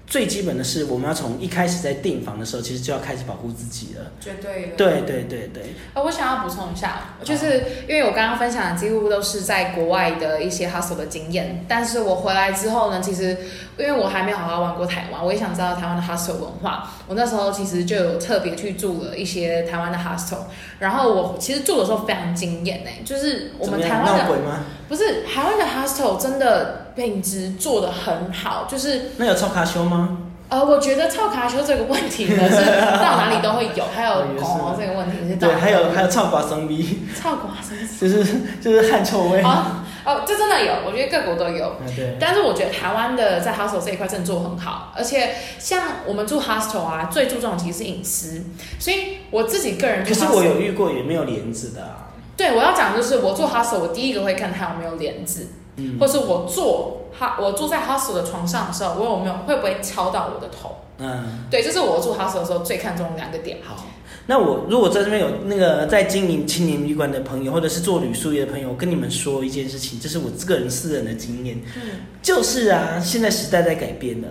[SPEAKER 2] 最基本的是我们要从一开始在订房的时候，其实就要开始保护自己了。
[SPEAKER 3] 绝对的。
[SPEAKER 2] 对对对对，
[SPEAKER 3] 呃，我想要补充一下，
[SPEAKER 2] 嗯
[SPEAKER 3] 就是因为我刚刚分享的几乎都是在国外的一些 hustle 的经验，但是我回来之后呢，其实因为我还没有好好玩过台湾，我也想知道台湾的 hustle 文化。我那时候其实就有特别去住了一些台湾的 hustle，然后我其实住的时候非常惊艳呢，就是我
[SPEAKER 2] 怎
[SPEAKER 3] 们
[SPEAKER 2] 么
[SPEAKER 3] 台
[SPEAKER 2] 样？
[SPEAKER 3] 湾
[SPEAKER 2] 闹
[SPEAKER 3] 的
[SPEAKER 2] 鬼吗？
[SPEAKER 3] 不是台湾的 hustle 真的品质做的很好，就是
[SPEAKER 2] 那有超卡修吗？
[SPEAKER 3] 呃，我觉得臭卡修这个问题呢是到哪里都会有，还有
[SPEAKER 2] 哦也是
[SPEAKER 3] 狗这个问题是
[SPEAKER 2] 对，
[SPEAKER 3] 到哪里
[SPEAKER 2] 还有还
[SPEAKER 3] 有
[SPEAKER 2] 有超寡生逼，
[SPEAKER 3] 臭瓜什么
[SPEAKER 2] 就是就是汗臭味。
[SPEAKER 3] 哦 哦，这真的有，我觉得各国都有。
[SPEAKER 2] 啊，对，
[SPEAKER 3] 但是我觉得台湾的在 hostel 这一块真的做得很好，而且像我们住 hostel 啊，最注重的其实是隐私，所以我自己个人住
[SPEAKER 2] 可是
[SPEAKER 3] hostel-
[SPEAKER 2] 我有遇过也没有帘子的、啊，
[SPEAKER 3] 对我要讲的就是我住 hostel，我第一个会看它有没有帘子，
[SPEAKER 2] 嗯，
[SPEAKER 3] 或是我坐哈我坐在 hostel 的床上的时候，我有没有会不会敲到我的头？
[SPEAKER 2] 嗯，
[SPEAKER 3] 对，这是我住 hostel 的时候最看重的两个点。
[SPEAKER 2] 好。那我如果在这边有那个在经营青年旅馆的朋友，或者是做旅宿业的朋友，我跟你们说一件事情，这是我个人私人的经验，
[SPEAKER 3] 嗯，
[SPEAKER 2] 就是啊，现在时代在改变了，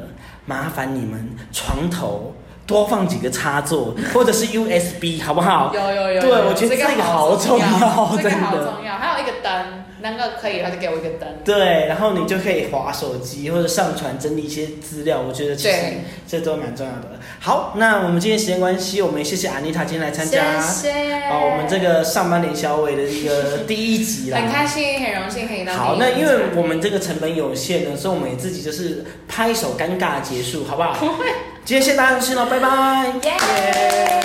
[SPEAKER 2] 麻烦你们床头多放几个插座，或者是 USB，好不好？
[SPEAKER 3] 有有有，
[SPEAKER 2] 对
[SPEAKER 3] 有
[SPEAKER 2] 我觉得
[SPEAKER 3] 这
[SPEAKER 2] 这个好重要
[SPEAKER 3] 要，这个
[SPEAKER 2] 真的
[SPEAKER 3] 好重要。还有一个灯，能够可以的话就给我一个灯。
[SPEAKER 2] 对，然后你就可以划手机或者上传整理一些资料，我觉得其实
[SPEAKER 3] 对
[SPEAKER 2] 这都蛮重要的。好，那我们今天时间关系，我们也谢谢安妮塔今天来参加。
[SPEAKER 3] 谢谢。
[SPEAKER 2] 啊，我们这个上班脸小伟的一个第一集啦。
[SPEAKER 3] 很开心，很荣幸可以到。
[SPEAKER 2] 好，那因为我们这个成本有限呢，所以我们也自己就是 拍手尴尬结束，好不好？不会。今天谢谢大家收听了，拜拜。
[SPEAKER 3] 耶。